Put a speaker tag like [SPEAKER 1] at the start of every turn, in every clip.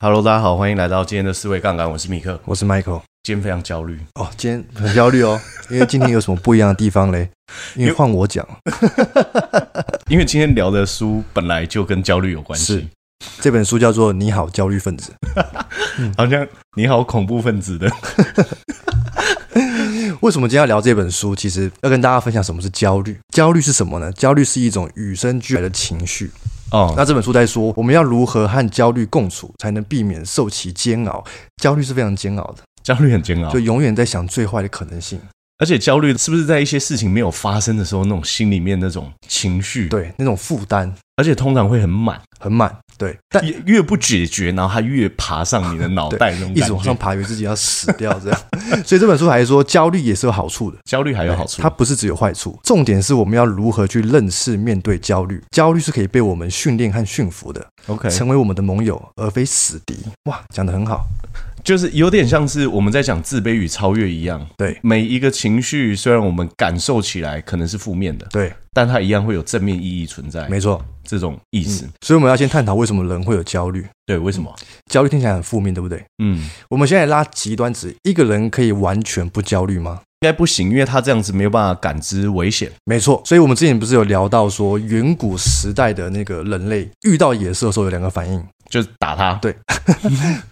[SPEAKER 1] Hello，大家好，欢迎来到今天的思维杠杆，我是米克。
[SPEAKER 2] 我是 Michael。
[SPEAKER 1] 今天非常焦虑，
[SPEAKER 2] 哦，今天很焦虑 哦，因为今天有什么不一样的地方嘞？因为换我讲，
[SPEAKER 1] 因为今天聊的书本来就跟焦虑有关
[SPEAKER 2] 是
[SPEAKER 1] 系，
[SPEAKER 2] 这本书叫做《你好，焦虑分子》。
[SPEAKER 1] 好像你好恐怖分子的，
[SPEAKER 2] 为什么今天要聊这本书？其实要跟大家分享什么是焦虑。焦虑是什么呢？焦虑是一种与生俱来的情绪。
[SPEAKER 1] 哦，
[SPEAKER 2] 那这本书在说，我们要如何和焦虑共处，才能避免受其煎熬。焦虑是非常煎熬的，
[SPEAKER 1] 焦虑很煎熬
[SPEAKER 2] 就，永远在想最坏的可能性。
[SPEAKER 1] 而且焦虑是不是在一些事情没有发生的时候，那种心里面那种情绪，，
[SPEAKER 2] 对，那种负担
[SPEAKER 1] 而且通常会很满，
[SPEAKER 2] 很满。对，但
[SPEAKER 1] 越越不解决，然后它越爬上你的脑袋，那种
[SPEAKER 2] 一
[SPEAKER 1] 感
[SPEAKER 2] 直往上
[SPEAKER 1] 觉。
[SPEAKER 2] 爬，以为自己要死掉这样。所以这本书还说，焦虑也是有好处的。
[SPEAKER 1] 焦虑还有好处
[SPEAKER 2] 它，不是只有坏处，重点是我们要如何去认识、面对焦虑。焦虑是可以被我们训练和驯服的，
[SPEAKER 1] OK，
[SPEAKER 2] 成为我们的盟友，而非死敌。哇，讲得很好，
[SPEAKER 1] 就是有点像是我们在讲自卑与超越一样。
[SPEAKER 2] 对
[SPEAKER 1] 每一个情绪，虽然我们感受起来可能是负面的，
[SPEAKER 2] 对，
[SPEAKER 1] 但它一样会有正面意义存在。
[SPEAKER 2] 没错。
[SPEAKER 1] 这种意思，
[SPEAKER 2] 所以我们要先探讨为什么人会有焦虑。
[SPEAKER 1] 对，为什么？
[SPEAKER 2] 焦虑听起来很负面，对不对？
[SPEAKER 1] 嗯，应
[SPEAKER 2] 我们现在拉极端值，一个人可以完全不焦虑吗？
[SPEAKER 1] 该不行，因为他这样子没有办法感知危险。
[SPEAKER 2] 没错，所以我们之前不是有聊到说，远古时代的那个人类遇到野兽的时候有两个反应，
[SPEAKER 1] 就是打他，
[SPEAKER 2] 对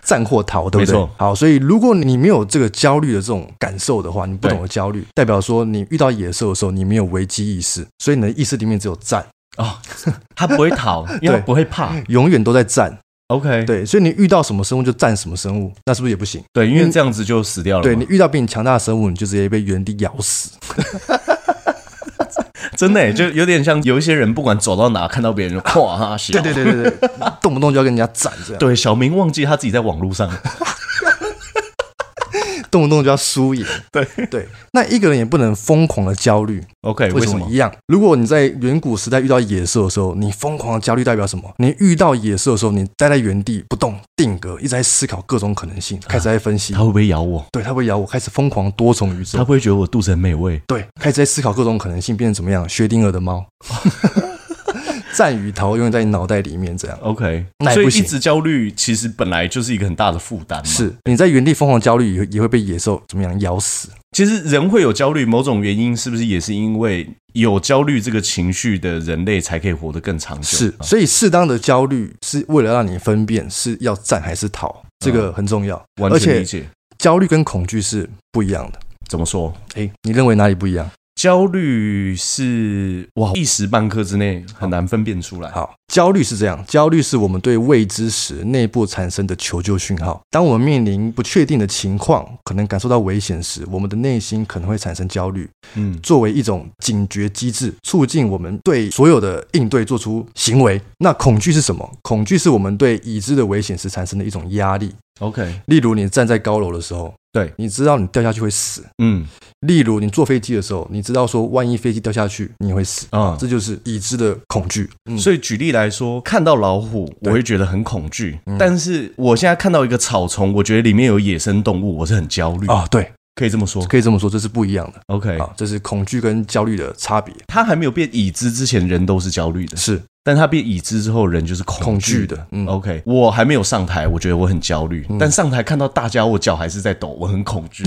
[SPEAKER 2] 战或逃，对
[SPEAKER 1] 没
[SPEAKER 2] 不对
[SPEAKER 1] 错？
[SPEAKER 2] 好，所以如果你没有这个焦虑的这种感受的话，你不
[SPEAKER 1] 对
[SPEAKER 2] 懂得焦虑，代表说你遇到野兽的时候，你没有危机意识，所以你的意识里面只有战，
[SPEAKER 1] 哦， 他不会 逃，因为他
[SPEAKER 2] 对
[SPEAKER 1] 不会怕。
[SPEAKER 2] 永远都在战。
[SPEAKER 1] OK，
[SPEAKER 2] 对，所以你遇到什么生物就战什么生物，那是不是也不行？
[SPEAKER 1] 对，因为这样子就死掉了嘛。
[SPEAKER 2] 对你遇到比你强大的生物，你就直接被原地咬死。
[SPEAKER 1] 真的耶就有点像有一些人，不管走到哪，看到别人 就咵哈笑。
[SPEAKER 2] 对对对对对， 动不动就要跟人家战，这样
[SPEAKER 1] 对，小明忘记他自己在网络上。
[SPEAKER 2] 动不动就要输赢。
[SPEAKER 1] 对
[SPEAKER 2] 对，那一个人也不能疯狂的焦虑，
[SPEAKER 1] OK，为
[SPEAKER 2] 为
[SPEAKER 1] 什
[SPEAKER 2] 什
[SPEAKER 1] 么
[SPEAKER 2] 么一？样？如果你在远古时代遇到野兽的时候，你疯狂的焦虑代表什么？你遇到野兽的时候，你待在原地不动，定格，一直在思考各种可能性，开始在分析，
[SPEAKER 1] 啊他会不会咬我？
[SPEAKER 2] 对，它会咬我，开始疯狂多重
[SPEAKER 1] 他
[SPEAKER 2] 宇
[SPEAKER 1] 会
[SPEAKER 2] 宙，
[SPEAKER 1] 不会觉得我肚子很美味？
[SPEAKER 2] 对，开始在思考各种可能性，变成怎么样？薛定谔的猫， 战与逃永远在你脑袋里面，这样
[SPEAKER 1] OK，
[SPEAKER 2] 那也
[SPEAKER 1] 所以
[SPEAKER 2] 不
[SPEAKER 1] 一
[SPEAKER 2] 行
[SPEAKER 1] 直焦虑其实本来就是一个很大的负担嘛。，
[SPEAKER 2] 是你在原地疯狂焦虑，也会也会被野兽怎么样咬死？
[SPEAKER 1] 其实人会有焦虑，某种原因是不是也是因为有焦虑这个情绪的人类才可以活得更长久？啊
[SPEAKER 2] 是，所以适当的焦虑是为了让你分辨是要战还是逃，这
[SPEAKER 1] 啊
[SPEAKER 2] 个很重要，
[SPEAKER 1] 完
[SPEAKER 2] 而
[SPEAKER 1] 全
[SPEAKER 2] 且
[SPEAKER 1] 理。解。
[SPEAKER 2] 焦虑跟恐惧是不一样的。
[SPEAKER 1] 怎么说？
[SPEAKER 2] 哎，你认为哪里不一样？
[SPEAKER 1] 焦虑是哇，一时半刻之内很难分辨出来。
[SPEAKER 2] 好，焦虑是这样，焦虑是我们对未知时内部产生的求救讯号。当我们面临不确定的情况，可能感受到危险时，我们的内心可能会产生焦虑，
[SPEAKER 1] 嗯，
[SPEAKER 2] 作为一种警觉机制，促进我们对所有的应对做出行为。那恐惧是什么？恐惧是我们对已知的危险时产生的一种压力。
[SPEAKER 1] OK，
[SPEAKER 2] 例如，你站在高楼的时候，
[SPEAKER 1] 对
[SPEAKER 2] 你知道你掉下去会死；
[SPEAKER 1] 嗯
[SPEAKER 2] 例如，你坐飞机的时候，你知道说万一飞机掉下去你会死。
[SPEAKER 1] 啊，
[SPEAKER 2] 这就是已知的恐惧，嗯
[SPEAKER 1] 所以举例来说，看到老虎我
[SPEAKER 2] 对
[SPEAKER 1] 会觉得很恐惧，
[SPEAKER 2] 嗯
[SPEAKER 1] 但是我现在看到一个草丛，我觉得里面有野生动物，我是很焦虑，
[SPEAKER 2] 啊，对，
[SPEAKER 1] 可以这么说。
[SPEAKER 2] 可以这么说，这是不一样的
[SPEAKER 1] OK，
[SPEAKER 2] 啊，这是恐惧跟焦虑的差别，
[SPEAKER 1] 它还没有变已知之前，人都是焦虑的，
[SPEAKER 2] 是
[SPEAKER 1] 但它变已知之后，人就是恐
[SPEAKER 2] 恐
[SPEAKER 1] 惧
[SPEAKER 2] 惧
[SPEAKER 1] 的
[SPEAKER 2] 的。。嗯，
[SPEAKER 1] OK，我还没有上台，我觉得我很焦虑，但上台看到大家，我脚还是在抖，我很恐 惧。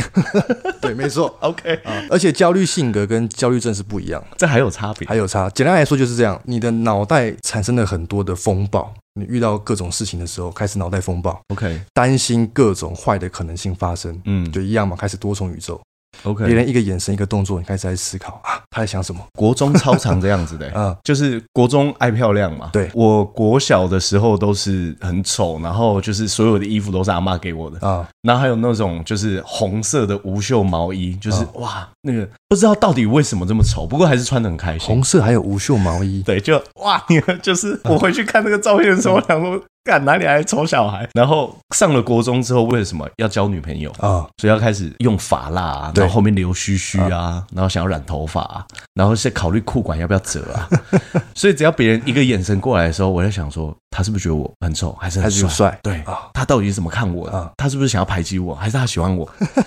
[SPEAKER 2] 对，没错
[SPEAKER 1] OK，
[SPEAKER 2] 啊。而且焦虑性格跟焦虑症是不一样的，
[SPEAKER 1] 这还有差别。
[SPEAKER 2] 还有差。简单来说就是这样，你的脑袋产生了很多的风暴，你遇到各种事情的时候，开始脑袋风暴，
[SPEAKER 1] OK，
[SPEAKER 2] 担心各种坏的可能性发生，
[SPEAKER 1] 嗯
[SPEAKER 2] 就一样嘛，开始多重宇宙。
[SPEAKER 1] ，OK，
[SPEAKER 2] 别人一个眼神、一个动作，你开始在思考啊，他在想什么
[SPEAKER 1] 国中超常这样子的、
[SPEAKER 2] 啊？
[SPEAKER 1] 就是国中爱漂亮嘛，
[SPEAKER 2] 对
[SPEAKER 1] 我国小的时候都是很丑，然后就是所有的衣服都是阿妈给我的，
[SPEAKER 2] 啊，
[SPEAKER 1] 然后还有那种就是红色的无袖毛衣，就是、
[SPEAKER 2] 嗯
[SPEAKER 1] 哇，那个不知道到底为什么这么丑，不过还是穿的很开心
[SPEAKER 2] 红。色还有无袖毛衣，
[SPEAKER 1] 对，就哇， 你们就是
[SPEAKER 2] 嗯
[SPEAKER 1] 我回去看那个照片的时候，我想说，干哪里来的丑小孩？然后上了国中之后，为了什么要交女朋友？
[SPEAKER 2] 啊，
[SPEAKER 1] 所以要开始用发蜡、啊，
[SPEAKER 2] 对嗯
[SPEAKER 1] 然后后面留须须啊，然后想要染头发、啊，然后是考虑裤管要不要折啊。 所以只要别人一个眼神过来的时候，我在想说，他是不是觉得我很丑，还是
[SPEAKER 2] 他
[SPEAKER 1] 很
[SPEAKER 2] 是
[SPEAKER 1] 帅？
[SPEAKER 2] 帅，
[SPEAKER 1] 对
[SPEAKER 2] 啊，
[SPEAKER 1] 他到底是怎么看我的？
[SPEAKER 2] 啊
[SPEAKER 1] 他是不是想要排挤我，还是他喜欢我？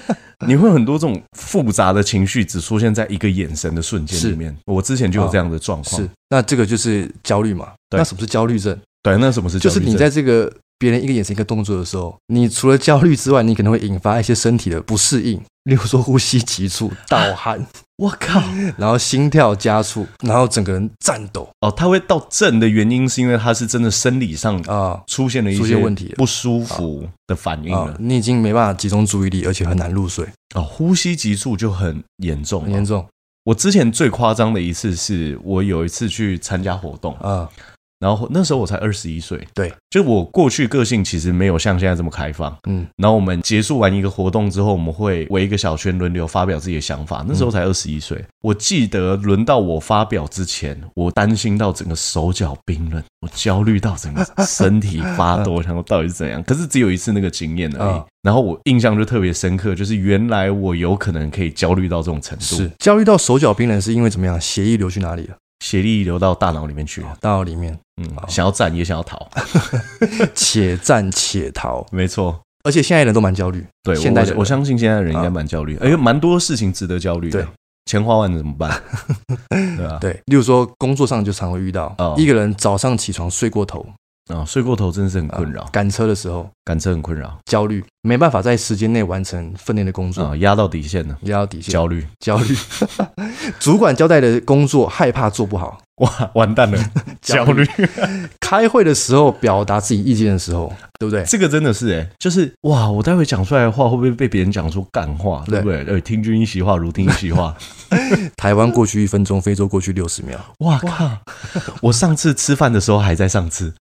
[SPEAKER 1] 你会有很多这种复杂的情绪，只出现在一个眼神的瞬间里面。我之
[SPEAKER 2] 嗯
[SPEAKER 1] 前就有这样的状况。
[SPEAKER 2] 是，那这个就是焦虑嘛？
[SPEAKER 1] 对
[SPEAKER 2] 那什么是焦虑症？
[SPEAKER 1] 对，那什么是焦虑
[SPEAKER 2] 就是
[SPEAKER 1] 症？
[SPEAKER 2] 你在这个别人一个眼神、一个动作的时候，你除了焦虑之外，你可能会引发一些身体的不适应， 例如说呼吸急促、盗 汗，
[SPEAKER 1] 我靠！
[SPEAKER 2] 然后心跳加速，然后整个人颤抖
[SPEAKER 1] 哦，他会到正的原因是因为他是真的生理上
[SPEAKER 2] 啊
[SPEAKER 1] 出现了一
[SPEAKER 2] 出
[SPEAKER 1] 些
[SPEAKER 2] 现问题了
[SPEAKER 1] 不舒服的反应
[SPEAKER 2] 啊
[SPEAKER 1] 了！。
[SPEAKER 2] 你已经没办法集中注意力，而且很难入睡，
[SPEAKER 1] 哦，呼吸急促就很严重
[SPEAKER 2] 很严
[SPEAKER 1] 了。
[SPEAKER 2] 重
[SPEAKER 1] 我之前最夸张的一次是我有一次去参加活动，
[SPEAKER 2] 啊！
[SPEAKER 1] 然后那时候我才二十一岁，
[SPEAKER 2] 对，
[SPEAKER 1] 就我过去个性其实没有像现在这么开放。
[SPEAKER 2] 嗯，
[SPEAKER 1] 然后我们结束完一个活动之后，我们会围一个小圈轮流发表自己的想法。那时候
[SPEAKER 2] 嗯
[SPEAKER 1] 才二十一岁，我记得轮到我发表之前，我担心到整个手脚冰冷，我焦虑到整个身体发抖，我 想说到底是怎样？可是只有一次那个经验而已。
[SPEAKER 2] 嗯
[SPEAKER 1] 然后我印象就特别深刻，就是原来我有可能可以焦虑到这种程度，
[SPEAKER 2] 是焦虑到手脚冰冷，是因为怎么样？血液流去哪里了？
[SPEAKER 1] 血力流到大脑里面去，
[SPEAKER 2] 大脑里面，
[SPEAKER 1] 嗯，想要战也想要逃，
[SPEAKER 2] 且战且逃。
[SPEAKER 1] 没错。
[SPEAKER 2] 而且现在人都蛮焦虑，
[SPEAKER 1] 对，
[SPEAKER 2] 现代
[SPEAKER 1] 我
[SPEAKER 2] 人
[SPEAKER 1] 我相信现在的人应该蛮焦虑，而且蛮多事情值得焦虑的
[SPEAKER 2] 对。
[SPEAKER 1] 钱花完了怎么办？对啊，
[SPEAKER 2] 对，例如说工作上就常会遇到
[SPEAKER 1] 哦，
[SPEAKER 2] 一个人早上起床睡过头，
[SPEAKER 1] 啊，睡过头真的是很困扰，
[SPEAKER 2] 赶车的时候
[SPEAKER 1] 赶车很困扰
[SPEAKER 2] 焦虑，没办法在时间内完成分内的工作，
[SPEAKER 1] 啊，压到底线了，
[SPEAKER 2] 压到底线，
[SPEAKER 1] 焦虑，
[SPEAKER 2] 焦虑。 主管交代的工作害怕做不好，
[SPEAKER 1] 哇，完蛋了，焦虑，
[SPEAKER 2] 开会的时候表达自己意见的时候，对不对？
[SPEAKER 1] 这个真的是哎，就是哇，我待会讲出来的话会不会被别人讲出干话，对不对？呃，听君一席话，如听一席话，
[SPEAKER 2] 台湾过去一分钟，非洲过去六十秒，
[SPEAKER 1] 哇靠！我上次吃饭的时候还在上次，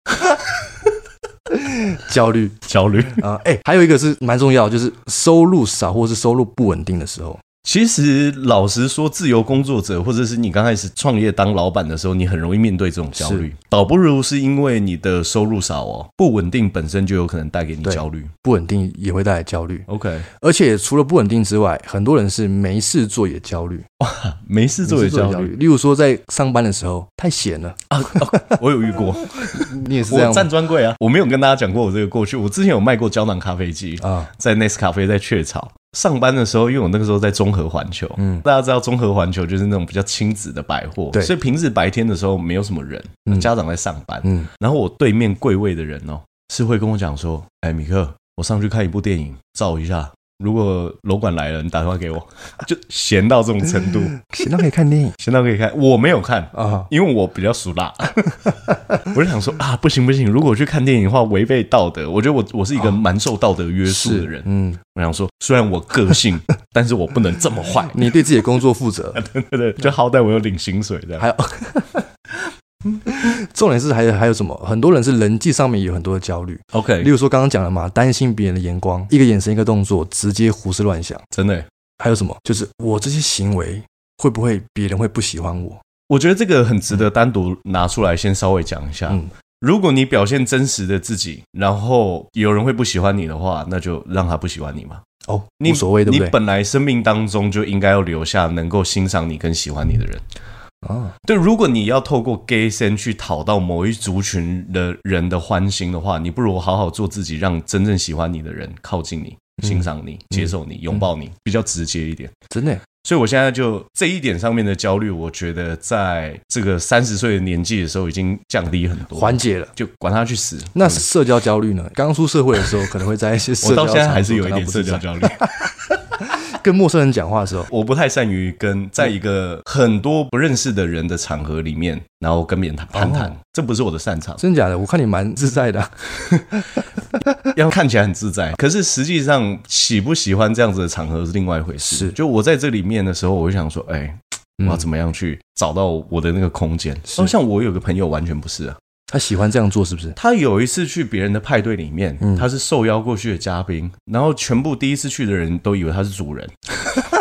[SPEAKER 2] 焦虑
[SPEAKER 1] 焦虑。
[SPEAKER 2] 啊！哎、还有一个是蛮重要，就是收入少或是收入不稳定的时候，
[SPEAKER 1] 其实老实说，自由工作者或者是你刚开始创业当老板的时候，你很容易面对这种焦虑，倒不如是因为你的收入少哦，不稳定本身就有可能带给你
[SPEAKER 2] 对
[SPEAKER 1] 焦虑。
[SPEAKER 2] 不稳定也会带来焦虑，
[SPEAKER 1] OK，
[SPEAKER 2] 而且除了不稳定之外，很多人是没事做也焦虑，
[SPEAKER 1] 没事做
[SPEAKER 2] 没
[SPEAKER 1] 也
[SPEAKER 2] 事做
[SPEAKER 1] 焦
[SPEAKER 2] 也焦
[SPEAKER 1] 虑，
[SPEAKER 2] 虑。例如说在上班的时候太闲了，
[SPEAKER 1] 我有遇过，
[SPEAKER 2] 你 也是这
[SPEAKER 1] 我
[SPEAKER 2] 样吗
[SPEAKER 1] 站专柜啊，我没有跟大家讲过我这个过去，我之前有卖过胶囊咖啡机，
[SPEAKER 2] 啊？
[SPEAKER 1] 在 Nest 咖啡在雀巢。上班的时候，因为我那个时候在中和环球，
[SPEAKER 2] 嗯
[SPEAKER 1] 大家知道中和环球就是那种比较亲子的百货，
[SPEAKER 2] 对
[SPEAKER 1] 所以平日白天的时候没有什么人，
[SPEAKER 2] 嗯
[SPEAKER 1] 家长在上班，
[SPEAKER 2] 嗯，
[SPEAKER 1] 然后我对面柜位的人哦，是会跟我讲说：“哎，米克，我上去看一部电影，照一下。如果楼管来了，你打电话给我。” 就闲到这种程度，
[SPEAKER 2] 闲到可以看 电影
[SPEAKER 1] 闲到可以看。我没有看，
[SPEAKER 2] 啊。
[SPEAKER 1] 因为我比较俗辣。 我就想说啊，不行不行，如果我去看电影的话，违背道德。我觉得我我是一个蛮受道德约束的人。
[SPEAKER 2] 嗯，
[SPEAKER 1] 我想说，虽然我个性，但是我不能这么坏。
[SPEAKER 2] 你对自己的工作负责，
[SPEAKER 1] 对对对，就好歹我有领薪水这样
[SPEAKER 2] 还。有，重点是还有还有什么？很多人是人际上面有很多的焦虑，例
[SPEAKER 1] OK，
[SPEAKER 2] 如说刚刚讲了嘛，担心别人的眼光，一个眼神一个动作，直接胡思乱想。
[SPEAKER 1] 真的耶。
[SPEAKER 2] 还有什么？就是我这些行为会不会别人会不喜欢我？
[SPEAKER 1] 我觉得这个很值得单独拿出来先稍微讲一下。
[SPEAKER 2] 嗯
[SPEAKER 1] 如果你表现真实的自己，然后有人会不喜欢你的话，那就让他不喜欢你嘛。
[SPEAKER 2] 哦，
[SPEAKER 1] 你
[SPEAKER 2] 无所谓，对不对
[SPEAKER 1] 你？本来生命当中就应该要留下能够欣赏你跟喜欢你的人。
[SPEAKER 2] 啊，
[SPEAKER 1] 对，如果你要透过 gay 先去讨到某一族群的人的欢心的话，你不如好好做自己，让真正喜欢你的人靠近你、
[SPEAKER 2] 嗯
[SPEAKER 1] 欣赏你、接受你、拥抱你，比较直接一点。
[SPEAKER 2] 真的耶
[SPEAKER 1] 所以我现在就这一点上面的焦虑，我觉得在这个三十岁的年纪的时候已经降低很多，
[SPEAKER 2] 缓解了。
[SPEAKER 1] 就管他去死。
[SPEAKER 2] 那社交焦虑呢？刚出社会的时候，可能会在一些
[SPEAKER 1] 嗯
[SPEAKER 2] 社
[SPEAKER 1] 我
[SPEAKER 2] 交
[SPEAKER 1] 到现在还是
[SPEAKER 2] 场所
[SPEAKER 1] 有一
[SPEAKER 2] 感到
[SPEAKER 1] 点
[SPEAKER 2] 不
[SPEAKER 1] 社
[SPEAKER 2] 自
[SPEAKER 1] 交
[SPEAKER 2] 在
[SPEAKER 1] 焦虑，
[SPEAKER 2] 跟陌生人讲话的时候，
[SPEAKER 1] 我不太善于跟在一个很多不认识的人的场合里面，然后跟别人
[SPEAKER 2] 哦
[SPEAKER 1] 谈攀谈，这不是我的擅长。
[SPEAKER 2] 真假的？我看你蛮自在的啊、
[SPEAKER 1] 要看起来很自在，可是实际上喜不喜欢这样子的场合是另外一回事。
[SPEAKER 2] 是嗯
[SPEAKER 1] 就我在这里面的时候，我就想说，哎，我要怎么样去找到我的那个空间？
[SPEAKER 2] 是
[SPEAKER 1] 哦，像我有个朋友完全不是啊，
[SPEAKER 2] 他喜欢这样做是不是？
[SPEAKER 1] 他有一次去别人的派对里面，
[SPEAKER 2] 嗯
[SPEAKER 1] 他是受邀过去的嘉宾，然后全部第一次去的人都以为他是主人，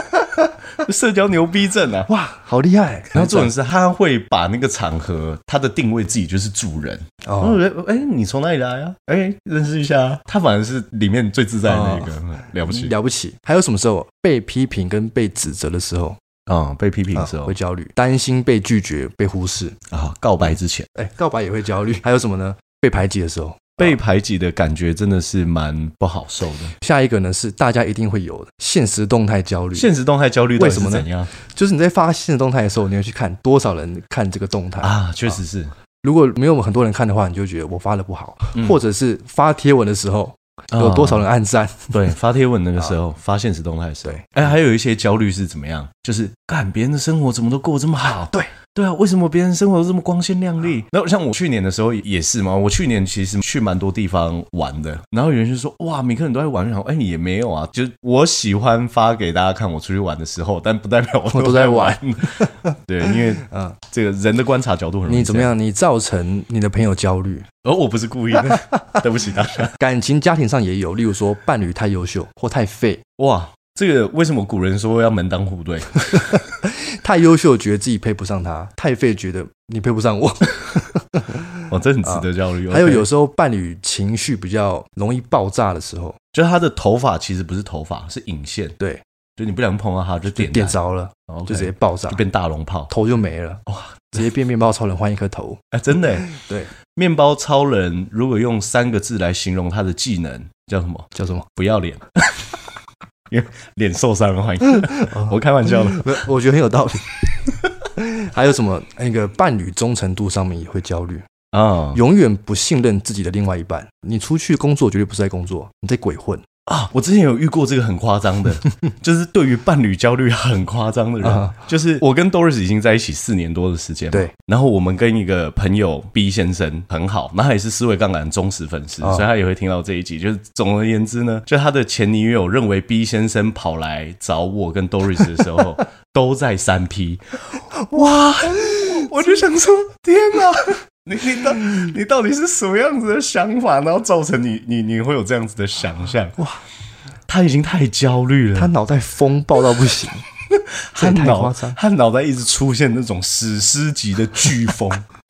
[SPEAKER 1] 社交牛逼症啊！
[SPEAKER 2] 哇，好厉害！
[SPEAKER 1] 然后重点是他会把那个场合他的定位自己就是主人，然后
[SPEAKER 2] 哦
[SPEAKER 1] 我，觉得哎、你从哪里来啊？哎、认识一下啊。他反而是里面最自在的那个，
[SPEAKER 2] 哦
[SPEAKER 1] 嗯了不起
[SPEAKER 2] 了不起。还有什么时候被批评跟被指责的时候，
[SPEAKER 1] 啊、嗯！被批评的时
[SPEAKER 2] 啊
[SPEAKER 1] 候
[SPEAKER 2] 会焦虑，担心被拒绝、被忽视。
[SPEAKER 1] 啊，告白之前
[SPEAKER 2] 哎，告白也会焦虑。还有什么呢？被排挤的时候。
[SPEAKER 1] 被排挤的感觉真的是蛮不好受的。
[SPEAKER 2] 下一个呢是大家一定会有的现实动态焦虑，
[SPEAKER 1] 现实动态焦虑到底是
[SPEAKER 2] 为什么呢
[SPEAKER 1] 怎样
[SPEAKER 2] 就是你在发现实动态的时候，你会去看多少人看这个动态，
[SPEAKER 1] 啊？确实是
[SPEAKER 2] 如果没有很多人看的话，你就觉得我发的不好，或者是发贴文的时候有多少人按赞，
[SPEAKER 1] 对，发贴文那个时候，发现实动态的时候
[SPEAKER 2] 啊对，
[SPEAKER 1] 哎，还有一些焦虑是怎么样？就是干别人的生活怎么都过得这么好？
[SPEAKER 2] 对啊
[SPEAKER 1] 对啊，为什么别人生活都这么光鲜亮丽？然后像我去年的时候也是嘛，我去年其实去蛮多地方玩的，然后有人就说哇，每个人都在玩，然后哎也没有啊，就是我喜欢发给大家看我出去玩的时候，但不代表我
[SPEAKER 2] 我都在玩。
[SPEAKER 1] 对，因为
[SPEAKER 2] 嗯
[SPEAKER 1] 这个人的观察角度很容易
[SPEAKER 2] 你怎么
[SPEAKER 1] 这样？
[SPEAKER 2] 样？你造成你的朋友焦虑，
[SPEAKER 1] 而我不是故意的， 对不起大家。
[SPEAKER 2] 感情、家庭上也有，例如说伴侣太优秀或太废，
[SPEAKER 1] 哇，这个为什么古人说要门当户对？
[SPEAKER 2] 太优秀觉得自己配不上他，太废觉得你配不上 我。
[SPEAKER 1] 哇，哦这很值得焦虑。
[SPEAKER 2] 还有
[SPEAKER 1] OK
[SPEAKER 2] 有时候伴侣情绪比较容易爆炸的时候，
[SPEAKER 1] 就是他的头发其实不是头发，是引线。
[SPEAKER 2] 对，
[SPEAKER 1] 就你不小心碰到他就点
[SPEAKER 2] 点
[SPEAKER 1] 燃，
[SPEAKER 2] 着了
[SPEAKER 1] 然后
[SPEAKER 2] 就直接
[SPEAKER 1] 就
[SPEAKER 2] 爆炸，
[SPEAKER 1] 变大龙 炮。
[SPEAKER 2] 头就没了，
[SPEAKER 1] 哇，
[SPEAKER 2] 直接变面包超人换一颗头。
[SPEAKER 1] 哎，真的耶，
[SPEAKER 2] 对，
[SPEAKER 1] 面包超人如果用三个字来形容他的技能，叫什么？
[SPEAKER 2] 叫什么？
[SPEAKER 1] 不要脸。 因为脸受伤了，欢 迎。我开玩笑 的。
[SPEAKER 2] 不是，我觉得很有道理。 还有什么那个伴侣忠诚度上面也会焦虑，
[SPEAKER 1] 啊
[SPEAKER 2] 永远不信任自己的另外一半。你出去工作绝对不是在工作，你在鬼混
[SPEAKER 1] 啊！我之前有遇过这个很夸张 的，就是对于伴侣焦虑很夸张的人，
[SPEAKER 2] 啊
[SPEAKER 1] 就是我跟 Doris 已经在一起四年多的时间嘛，
[SPEAKER 2] 对，
[SPEAKER 1] 然后我们跟一个朋友 B 先生很好，那他也是思维杠杆忠实粉丝，
[SPEAKER 2] 啊
[SPEAKER 1] 所以他也会听到这一集。就是总而言之呢，就他的前女友认为 B 先生跑来找我跟 Doris 的时 候都在三 P，哇！我就想说，天啊哪！你你到你到底是什么样子的想法，然后造成你你你会有这样子的想象？哇，他已经太焦虑了，
[SPEAKER 2] 他脑袋风暴到不行， 这
[SPEAKER 1] 他
[SPEAKER 2] 也太
[SPEAKER 1] 脑
[SPEAKER 2] 夸张。
[SPEAKER 1] 他脑袋一直出现那种史诗级的飓风。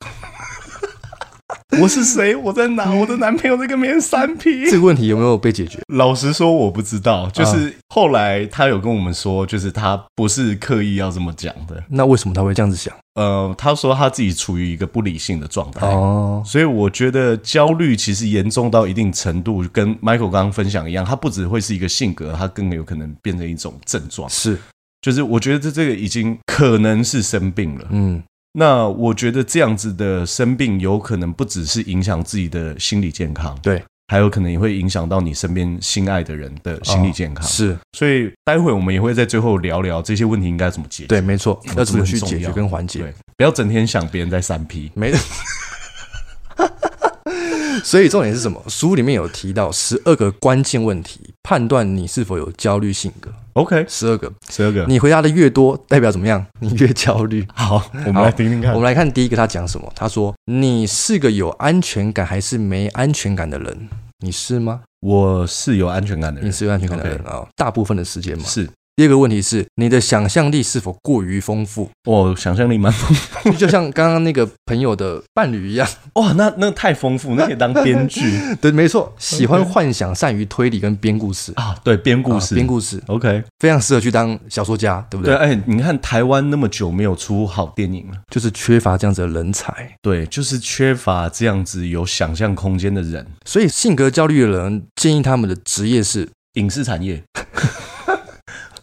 [SPEAKER 1] 我是谁？我在哪？我的男朋友在跟别人三 P。
[SPEAKER 2] 这个问题有没有被解决？
[SPEAKER 1] 老实说，我不知道。就是后来他有跟我们说，就是他不是刻意要这么讲的。
[SPEAKER 2] 那为什么他会这样子想？
[SPEAKER 1] 呃，他说他自己处于一个不理性的状态。
[SPEAKER 2] 哦，
[SPEAKER 1] 所以我觉得焦虑其实严重到一定程度，跟 Michael 刚刚分享一样，它不只会是一个性格，它更有可能变成一种症状。
[SPEAKER 2] 是，
[SPEAKER 1] 就是我觉得这这个已经可能是生病了。
[SPEAKER 2] 嗯，
[SPEAKER 1] 那我觉得这样子的生病有可能不只是影响自己的心理健康，
[SPEAKER 2] 对，
[SPEAKER 1] 还有可能也会影响到你身边心爱的人的心理健康。
[SPEAKER 2] 是
[SPEAKER 1] 所以待会我们也会在最后聊聊这些问题应该怎么解决。
[SPEAKER 2] 对，没错，要怎么去
[SPEAKER 1] 这很
[SPEAKER 2] 解
[SPEAKER 1] 重要
[SPEAKER 2] 决跟缓解
[SPEAKER 1] 对？，不要整天想别人在三 P。
[SPEAKER 2] 没。所以重点是什么？书里面有提到十二个关键问题，判断你是否有焦虑性格。
[SPEAKER 1] OK，
[SPEAKER 2] 十二个，
[SPEAKER 1] 十二个，
[SPEAKER 2] 你回答的越多，代表怎么样？你越焦虑。
[SPEAKER 1] 好，我们来听听看
[SPEAKER 2] 我。们来看第一个，他讲什么？他说：“你是个有安全感还是没安全感的人？你是吗？
[SPEAKER 1] 我是有安全感的
[SPEAKER 2] 你
[SPEAKER 1] 人，
[SPEAKER 2] 是有安全感的人啊、大部分的时间嘛。
[SPEAKER 1] 是
[SPEAKER 2] 第二个问题是，你的想象力是否过于丰富？
[SPEAKER 1] 我想象力蛮丰
[SPEAKER 2] 就就像刚刚那个朋友的伴侣一 样，
[SPEAKER 1] 富。哇，那那太丰富，那可以当编剧
[SPEAKER 2] 对，没错，喜欢幻想，善于推理跟编故事，
[SPEAKER 1] 啊，对，编故
[SPEAKER 2] 啊
[SPEAKER 1] 事，
[SPEAKER 2] 编故事
[SPEAKER 1] OK，
[SPEAKER 2] 非常适合去当小说家，对不
[SPEAKER 1] 对，
[SPEAKER 2] 对？
[SPEAKER 1] 哎，你看台湾那么久没有出好电影了，
[SPEAKER 2] 就是缺乏这样子的人才，
[SPEAKER 1] 对，就是缺乏这样子有想象空间的人，
[SPEAKER 2] 所以性格焦虑的人建议他们的职业是
[SPEAKER 1] 影视产业，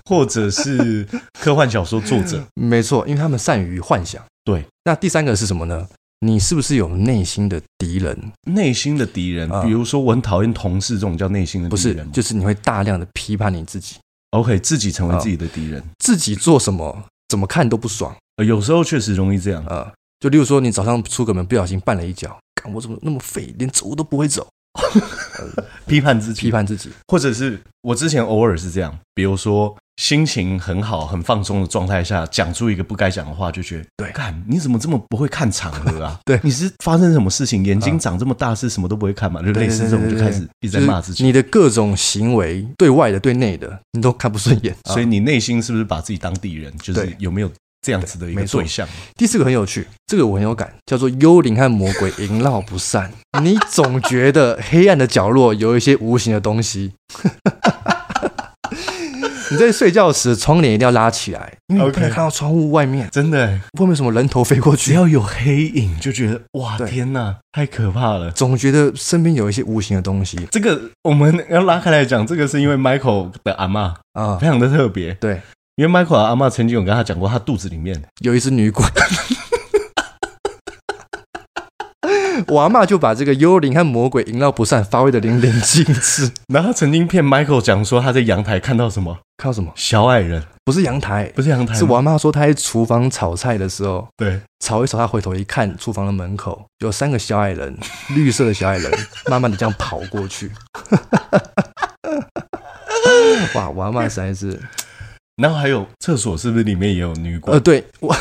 [SPEAKER 1] 或者是科幻小说作 者，
[SPEAKER 2] 没错，因为他们善于幻想。
[SPEAKER 1] 对，
[SPEAKER 2] 那第三个是什么呢？你是不是有内心的敌人？
[SPEAKER 1] 内心的敌人，比如说我很讨厌同事这种叫内心的
[SPEAKER 2] 啊不
[SPEAKER 1] 敌
[SPEAKER 2] 是
[SPEAKER 1] 人嘛，
[SPEAKER 2] 就是你会大量的批判你自己，
[SPEAKER 1] OK，自己成为
[SPEAKER 2] 啊
[SPEAKER 1] 自己的敌人，
[SPEAKER 2] 自己做什么怎么看都不爽
[SPEAKER 1] 呃有时候确实容易这样
[SPEAKER 2] 啊、，呃就例如说，你早上出个门不小心绊了一跤，看我怎么那么废，连走路都不会走，
[SPEAKER 1] 批判自己，
[SPEAKER 2] 批判自己。
[SPEAKER 1] 或者是我之前偶尔是这样，比如说心情很好、很放松的状态下，讲出一个不该讲的话，就觉得
[SPEAKER 2] 对
[SPEAKER 1] 看你怎么这么不会看场合啊？
[SPEAKER 2] 对
[SPEAKER 1] 你是发生什么事情？眼睛长这么大是什么都不会看嘛？就类似这种，
[SPEAKER 2] 对
[SPEAKER 1] 就
[SPEAKER 2] 对对
[SPEAKER 1] 开始一直
[SPEAKER 2] 就
[SPEAKER 1] 在骂自
[SPEAKER 2] 是
[SPEAKER 1] 己。
[SPEAKER 2] 你的各种行为，对外的、对内的，你都看不顺眼。
[SPEAKER 1] 所以
[SPEAKER 2] 啊
[SPEAKER 1] 你内心是不是把自己当敌人？就是
[SPEAKER 2] 对
[SPEAKER 1] 有没有这样子的一个
[SPEAKER 2] 没错
[SPEAKER 1] 对象？
[SPEAKER 2] 第四个很有趣，这个我很有感，叫做幽灵和魔鬼萦绕 不散。你总觉得黑暗的角落有一些无形的 东西。你在睡觉时，窗帘一定要拉起来，因为你不能
[SPEAKER 1] OK
[SPEAKER 2] 看到窗户外面，
[SPEAKER 1] 真的，
[SPEAKER 2] 外面有什么人头飞过
[SPEAKER 1] 只
[SPEAKER 2] 去，
[SPEAKER 1] 要有黑影，就觉得哇，
[SPEAKER 2] 对
[SPEAKER 1] 天哪，太可怕了。
[SPEAKER 2] 总觉得身边有一些无形的东西
[SPEAKER 1] 这个我们要拉开来讲，这个是因为 Michael 的阿嬷
[SPEAKER 2] 啊
[SPEAKER 1] 非。常的特别，
[SPEAKER 2] 对，
[SPEAKER 1] 因为 Michael 的阿嬷曾 经有跟他讲过，他肚子里面
[SPEAKER 2] 有一只女鬼，我阿嬷就把这个幽灵和魔鬼、淫乱不善发挥的淋漓尽致。
[SPEAKER 1] 然后他曾经骗 Michael 讲说他在阳台看到什么
[SPEAKER 2] 看到什么？哎
[SPEAKER 1] 小矮人，
[SPEAKER 2] 不是阳台，
[SPEAKER 1] 不是阳台吗，
[SPEAKER 2] 是我阿嬷说她在厨房炒菜的时候，
[SPEAKER 1] 对，
[SPEAKER 2] 炒一炒，她回头一看，厨房的门口有三个小矮 人，绿色的小矮人，慢慢的这样跑过去。 哇，我阿嬷实在是，
[SPEAKER 1] 然后还有厕所是不是里面也有女鬼？
[SPEAKER 2] 呃，对我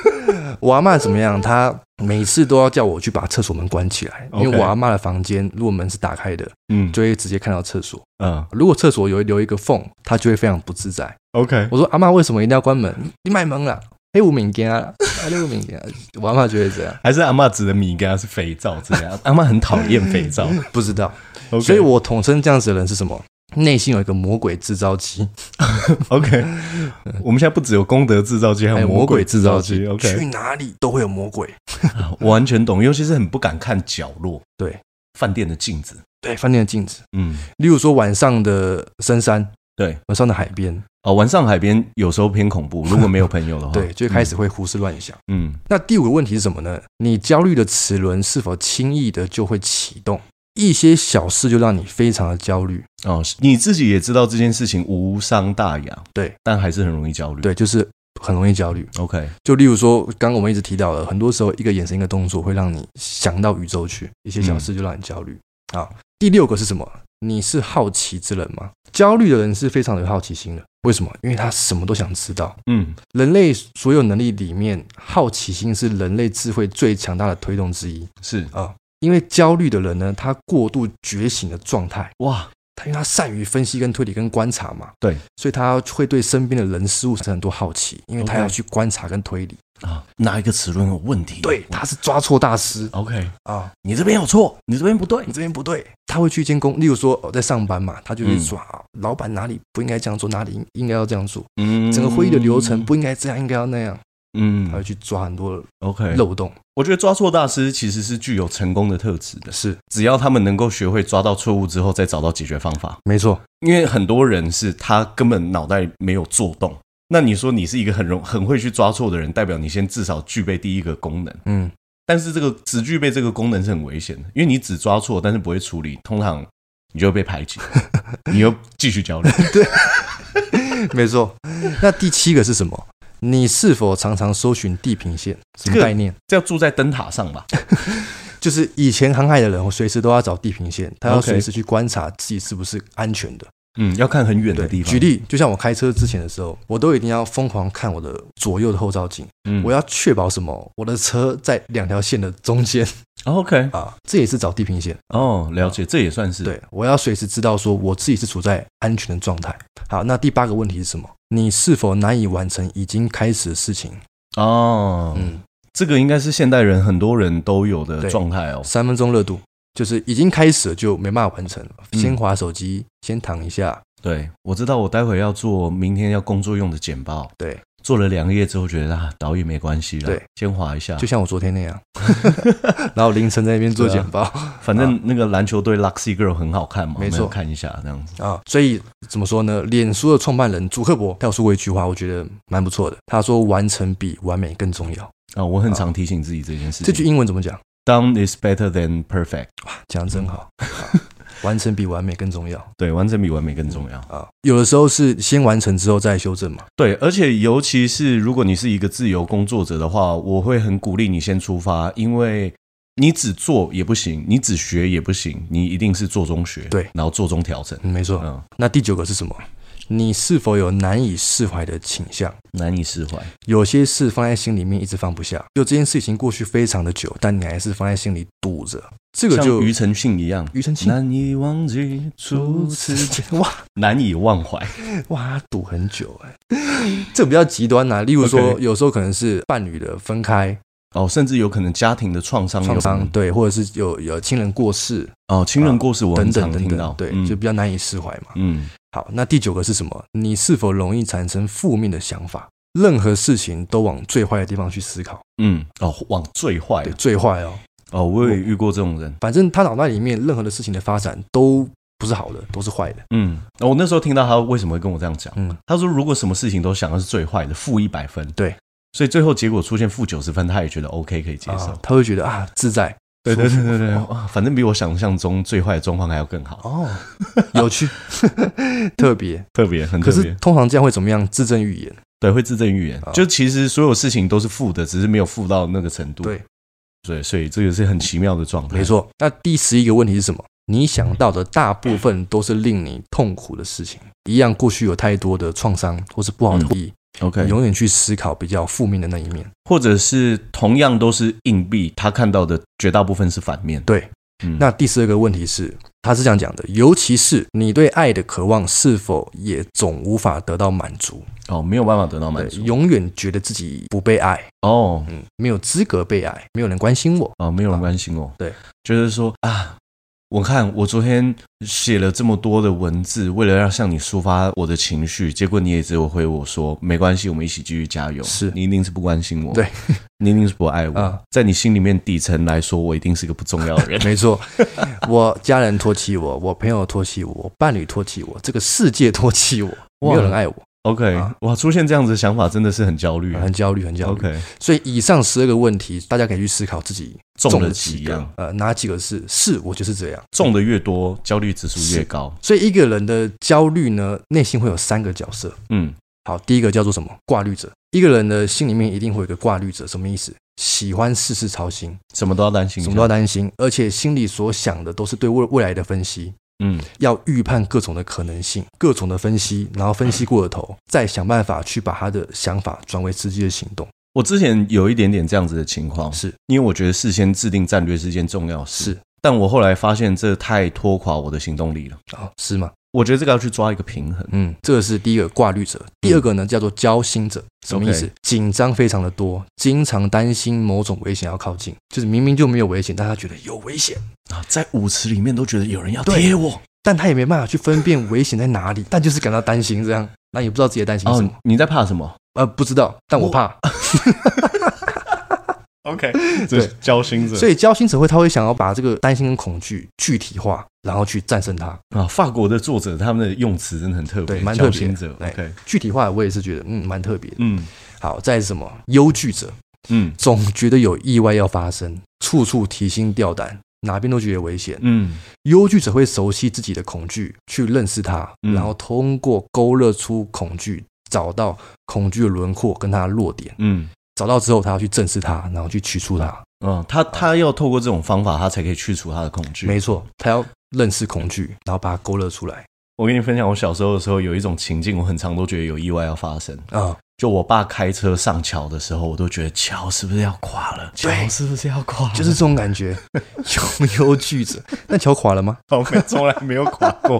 [SPEAKER 2] 我阿嬷怎么样？她每次都要叫我去把厕所门关起来，
[SPEAKER 1] OK
[SPEAKER 2] 因为我阿嬷的房间如果门是打开的，
[SPEAKER 1] 嗯，
[SPEAKER 2] 就会直接看到厕所。
[SPEAKER 1] 嗯
[SPEAKER 2] 如果厕所有留一个缝，她就会非常不自在。
[SPEAKER 1] ，OK，
[SPEAKER 2] 我说阿妈为什么一定要关门？你卖萌了，黑五敏感 啊，黑五敏感，我阿妈觉得这样，
[SPEAKER 1] 还是阿嬷指的米给他是肥皂这样，阿嬷很讨厌肥皂
[SPEAKER 2] 不知道。
[SPEAKER 1] ，OK，
[SPEAKER 2] 嗯所以我统称这样子的人是什么？内心有一个魔鬼制造机，
[SPEAKER 1] OK，我们现在不只有功德制造机，还
[SPEAKER 2] 还
[SPEAKER 1] 有哦
[SPEAKER 2] 有
[SPEAKER 1] 魔
[SPEAKER 2] 哎魔
[SPEAKER 1] 鬼
[SPEAKER 2] 鬼
[SPEAKER 1] 制
[SPEAKER 2] 制
[SPEAKER 1] 造
[SPEAKER 2] 造
[SPEAKER 1] 机
[SPEAKER 2] 机，去
[SPEAKER 1] ，OK，
[SPEAKER 2] 哪里都会有魔鬼。
[SPEAKER 1] 我完全懂，尤其是很不敢看角落，
[SPEAKER 2] 对，
[SPEAKER 1] 饭店的镜子，
[SPEAKER 2] 对，饭店的镜子，
[SPEAKER 1] 嗯，
[SPEAKER 2] 例如说晚上的深山，
[SPEAKER 1] 对，
[SPEAKER 2] 晚上的海边，
[SPEAKER 1] 哦，晚上海边有时候偏恐怖，如果没有朋友的话，
[SPEAKER 2] 对，就开始会胡思乱想。
[SPEAKER 1] 嗯，
[SPEAKER 2] 那第五个问题是什么呢？你焦虑的齿轮是否轻易的就会启动？一些小事就让你非常的焦虑，
[SPEAKER 1] 嗯，哦，你自己也知道这件事情无伤大雅，
[SPEAKER 2] 对，
[SPEAKER 1] 但还是很容易焦虑，
[SPEAKER 2] 对，就是很容易焦虑。
[SPEAKER 1] ，OK，
[SPEAKER 2] 就例如说，刚刚我们一直提到的，很多时候一个眼神、一个动作会让你想到宇宙去，一些小事就让你焦虑。好，第六个是什么？你是好奇之人吗？焦虑的人是非常有好奇心的。为什么？因为他什么都想知道。
[SPEAKER 1] 嗯，
[SPEAKER 2] 人类所有能力里面，好奇心是人类智慧最强大的推动之一
[SPEAKER 1] 是，
[SPEAKER 2] 啊。因为焦虑的人呢，他过度觉醒的状态，
[SPEAKER 1] 哇，
[SPEAKER 2] 他因为他善于分析、跟推理、跟观察嘛，
[SPEAKER 1] 对，
[SPEAKER 2] 所以他会对身边的人事物产生很多好奇，因为他
[SPEAKER 1] OK
[SPEAKER 2] 要去观察跟推理。嗯
[SPEAKER 1] 啊，哪一个齿轮有问题？
[SPEAKER 2] 对，他是抓错大师
[SPEAKER 1] ，OK，
[SPEAKER 2] 啊！
[SPEAKER 1] 你这边有错，你这边不对
[SPEAKER 2] 你，这边不对，他会去监工。例如说，哦，在上班嘛，他就会抓、啊老板哪里不应该这样做，哪里应应该要这样做，
[SPEAKER 1] 嗯
[SPEAKER 2] 整个会议的流程，不应该这样，应该要那样，他
[SPEAKER 1] 嗯
[SPEAKER 2] 会去抓很多
[SPEAKER 1] ，OK，
[SPEAKER 2] 漏洞。
[SPEAKER 1] 我觉得抓错大师其实是具有成功的特质的，
[SPEAKER 2] 是，
[SPEAKER 1] 只要他们能够学会抓到错误之后再找到解决方法。
[SPEAKER 2] 没错，
[SPEAKER 1] 因为很多人是他根本脑袋没有做动，那你说你是一个很容很会去抓错的人，代表你先至少具备第一个功能，
[SPEAKER 2] 嗯，
[SPEAKER 1] 但是这个只具备这个功能是很危险的，因为你只抓错但是不会处理，通常你就会被排 挤，你又继续焦虑。
[SPEAKER 2] 没错。那第七个是什么？你是否常常搜寻地平线？什
[SPEAKER 1] 这
[SPEAKER 2] 么
[SPEAKER 1] 个
[SPEAKER 2] 概念？
[SPEAKER 1] 这要住在灯塔上吧？
[SPEAKER 2] 就是以前航海的人，随时都要找地平线，他要
[SPEAKER 1] OK
[SPEAKER 2] 随时去观察自己是不是安全的。
[SPEAKER 1] 嗯，要看很远的地方。
[SPEAKER 2] 举，例，就像我开车之前的时候，我都一定要疯狂看我的左右的后照镜，
[SPEAKER 1] 嗯
[SPEAKER 2] 我要确保什么？我的车在两条线的中间
[SPEAKER 1] 哦 OK，
[SPEAKER 2] 啊，这也是找地平线。
[SPEAKER 1] 哦，了解，这也算是
[SPEAKER 2] 对，我要随时知道说我自己是处在安全的状态。好，那第八个问题是什么？你是否难以完成已经开始的事情？
[SPEAKER 1] 哦，
[SPEAKER 2] 嗯，
[SPEAKER 1] 这个应该是现代人很多人都有的
[SPEAKER 2] 对
[SPEAKER 1] 状态哦。
[SPEAKER 2] 三分钟热度就是已经开始了就没办法完成了，
[SPEAKER 1] 嗯
[SPEAKER 2] 先划手机，先躺一下。
[SPEAKER 1] 对，我知道我待会要做明天要工作用的简报，
[SPEAKER 2] 对，
[SPEAKER 1] 做了两页之后觉得啊，导演没关系了，
[SPEAKER 2] 对，
[SPEAKER 1] 先划一下，
[SPEAKER 2] 就像我昨天那样， 然后凌晨在那边做
[SPEAKER 1] 对啊
[SPEAKER 2] 简报。
[SPEAKER 1] 反正那个篮球队 Luxy Girl 很好看嘛，
[SPEAKER 2] 没错
[SPEAKER 1] 我们看一下这样子。
[SPEAKER 2] 啊，所以怎么说呢？脸书的创办人祖克伯他有说过一句话，我觉得蛮不错的。他说：“完成比完美更重要。
[SPEAKER 1] 啊，我很常提醒自己这件”事情。
[SPEAKER 2] 这句英文怎么讲？
[SPEAKER 1] Done is better than perfect，
[SPEAKER 2] 讲得真好、啊完成比完美更重要
[SPEAKER 1] 对，完成比完美更重要。
[SPEAKER 2] 啊！有的时候是先完成之后再修正嘛。
[SPEAKER 1] 对，而且尤其是如果你是一个自由工作者的话，我会很鼓励你先出发，因为你只做也不行，你只学也不行，你一定是做中学，
[SPEAKER 2] 对
[SPEAKER 1] 然后做中调整。
[SPEAKER 2] 嗯、没错。
[SPEAKER 1] 嗯，
[SPEAKER 2] 那第九个是什么？你是否有难以释怀的倾向？
[SPEAKER 1] 难以释怀。
[SPEAKER 2] 有些事放在心里面一直放不下，就这件事情过去非常的久，但你还是放在心里堵着。这个
[SPEAKER 1] 像
[SPEAKER 2] 就
[SPEAKER 1] 庾澄庆一样，
[SPEAKER 2] 庾澄庆
[SPEAKER 1] 难以忘记初次，
[SPEAKER 2] 哇，
[SPEAKER 1] 难以忘怀。
[SPEAKER 2] 哇，他赌很久哎、这比较极端呐、例如说
[SPEAKER 1] OK
[SPEAKER 2] 有时候可能是伴侣的分开、
[SPEAKER 1] 哦，甚至有可能家庭的创伤有可
[SPEAKER 2] 创
[SPEAKER 1] 能、
[SPEAKER 2] 伤，对，或者是有有亲人过世
[SPEAKER 1] 哦，亲人过世，我很
[SPEAKER 2] 等等
[SPEAKER 1] 常
[SPEAKER 2] 等
[SPEAKER 1] 听到，
[SPEAKER 2] 等，对，
[SPEAKER 1] 嗯
[SPEAKER 2] 就比较难以释怀嘛。
[SPEAKER 1] 嗯，
[SPEAKER 2] 好，那第九个是什么？你是否容易产生负面的想法？任何事情都往最坏的地方去思考，
[SPEAKER 1] 嗯，哦，往最坏
[SPEAKER 2] 对，最坏哦。
[SPEAKER 1] 哦，我也遇过这种人，
[SPEAKER 2] 反正他脑袋里面任何的事情的发展都不是好的，都是坏的。
[SPEAKER 1] 嗯，哦我那时候听到他为什么会跟我这样讲，
[SPEAKER 2] 嗯，
[SPEAKER 1] 他说如果什么事情都想的是最坏的，负一百分，
[SPEAKER 2] 对，
[SPEAKER 1] 所以最后结果出现负九十分，他也觉得 OK 可以接受，
[SPEAKER 2] 啊，他会觉得啊自在，
[SPEAKER 1] 哦对对
[SPEAKER 2] 舒服
[SPEAKER 1] 对对对，哇反正比我想象中最坏的状况还要更好，
[SPEAKER 2] 哦， 有趣，特别。
[SPEAKER 1] 特别很
[SPEAKER 2] 可
[SPEAKER 1] 特
[SPEAKER 2] 是
[SPEAKER 1] 别，哦
[SPEAKER 2] 通常这样会怎么样？自证预言，
[SPEAKER 1] 对，会自证预言
[SPEAKER 2] 好，
[SPEAKER 1] 就其实所有事情都是负的，只是没有负到那个程度，
[SPEAKER 2] 对
[SPEAKER 1] 对，所以这个是很奇妙的状态，
[SPEAKER 2] 没，错。那第十一个问题是什么？你想到的大部分都是令你痛苦的事情，一样过去有太多的创伤或是不好的
[SPEAKER 1] 嗯
[SPEAKER 2] 回忆，
[SPEAKER 1] ，OK，
[SPEAKER 2] 永远去思考比较负面的那一面。
[SPEAKER 1] 或者是同样都是硬币，他看到的绝大部分是反面。
[SPEAKER 2] 对，
[SPEAKER 1] 嗯
[SPEAKER 2] 那第十二个问题是，他是这样讲的：，尤其是你对爱的渴望是否也总无法得到满足，
[SPEAKER 1] 哦，没有办法得到满
[SPEAKER 2] 对，
[SPEAKER 1] 足。
[SPEAKER 2] 永远觉得自己不被爱，
[SPEAKER 1] 哦
[SPEAKER 2] 嗯，没有资格被爱，没有人关心我，
[SPEAKER 1] 哦，没有人关心我。
[SPEAKER 2] 啊对，
[SPEAKER 1] 就是说啊，我看我昨天写了这么多的文字，为了要向你抒发我的情绪，结果你也只有回我说没关系，我们一起继续加油。
[SPEAKER 2] 是
[SPEAKER 1] 你一定是不关心我，
[SPEAKER 2] 对，
[SPEAKER 1] 你一定是不爱我。
[SPEAKER 2] 啊。
[SPEAKER 1] 在你心里面底层来说，我一定是个不重要的人
[SPEAKER 2] 没错，我家人唾弃我，我朋友唾弃我，我伴侣唾弃我，这个世界唾弃我，没有人爱我，
[SPEAKER 1] OK，、
[SPEAKER 2] 啊
[SPEAKER 1] 哇，出现这样子的想法真的是很焦虑。
[SPEAKER 2] 很焦虑，很焦虑。
[SPEAKER 1] OK，
[SPEAKER 2] 所以以上十二个问题，大家可以去思考自己
[SPEAKER 1] 中了
[SPEAKER 2] 了
[SPEAKER 1] 几
[SPEAKER 2] 个
[SPEAKER 1] 样，，
[SPEAKER 2] 呃，哪几个是是我就是这样。
[SPEAKER 1] 中的越多，焦虑指数越
[SPEAKER 2] 是
[SPEAKER 1] 高。
[SPEAKER 2] 所以一个人的焦虑呢，内心会有三个角色。
[SPEAKER 1] 嗯。
[SPEAKER 2] 好，第一个叫做什么？挂虑者。一个人的心里面一定会有一个挂虑者，什么意思？喜欢事事操心，
[SPEAKER 1] 什么都要担心一下，
[SPEAKER 2] 什么都要担心，而且心里所想的都是对未未来的分析，
[SPEAKER 1] 嗯，
[SPEAKER 2] 要预判各种的可能性，各种的分析，然后分析过了头，再想办法去把他的想法转为实际的行动。
[SPEAKER 1] 我之前有一点点这样子的情况，
[SPEAKER 2] 是
[SPEAKER 1] 因为我觉得事先制定战略是一件重要事，
[SPEAKER 2] 是
[SPEAKER 1] 但我后来发现这太拖垮我的行动力了。
[SPEAKER 2] 啊、是吗？
[SPEAKER 1] 我觉得这个要去抓一个平衡，
[SPEAKER 2] 嗯，这个是第一个挂虑者。第二个呢，叫做交心者，什么意思
[SPEAKER 1] OK？
[SPEAKER 2] 紧张非常的多，经常担心某种危险要靠近，就是明明就没有危险，但他觉得有危险。
[SPEAKER 1] 啊，在舞池里面都觉得有人要
[SPEAKER 2] 对
[SPEAKER 1] 贴我
[SPEAKER 2] 但他也没办法去分辨危险在哪里，但就是感到担心，这样，那也不知道自己在担心什么，
[SPEAKER 1] 哦，你在怕什么
[SPEAKER 2] 呃，不知道，但我
[SPEAKER 1] 我
[SPEAKER 2] 怕，
[SPEAKER 1] ？OK，
[SPEAKER 2] 这是
[SPEAKER 1] 交心
[SPEAKER 2] 所以交心者会他会想要把这个担心跟恐惧具体化，然后去战胜它。
[SPEAKER 1] 啊，法国的作者他们的用词真的很特别，哎
[SPEAKER 2] 对蛮特
[SPEAKER 1] 交
[SPEAKER 2] 别
[SPEAKER 1] 心者
[SPEAKER 2] 对
[SPEAKER 1] ，OK，
[SPEAKER 2] 具体化我也是觉得，嗯，蛮特别的。
[SPEAKER 1] 嗯
[SPEAKER 2] 好，再是什么？忧惧者
[SPEAKER 1] 嗯
[SPEAKER 2] 总觉得有意外要发生，处处提心吊胆，哪边都觉得危险。
[SPEAKER 1] 嗯，
[SPEAKER 2] 忧惧者会熟悉自己的恐惧，去认识它，
[SPEAKER 1] 嗯
[SPEAKER 2] 然后通过勾勒出恐惧，找到恐惧的轮廓跟它的弱点。
[SPEAKER 1] 嗯
[SPEAKER 2] 找到之后，他要去正视它，然后去驱除它。
[SPEAKER 1] 嗯，他他要透过这种方法，他才可以去除他的恐惧。
[SPEAKER 2] 没错，他要认识恐惧，然后把它勾勒出来。
[SPEAKER 1] 我跟你分享，我小时候的时候有一种情境，我很常都觉得有意外要发生。
[SPEAKER 2] 啊、
[SPEAKER 1] 就我爸开车上桥的时候，我都觉得桥是不是要垮了？桥
[SPEAKER 2] 对
[SPEAKER 1] 是不是要垮了？
[SPEAKER 2] 就是这种感觉，有忧惧者。那桥垮了吗？
[SPEAKER 1] 从没从来没有垮过。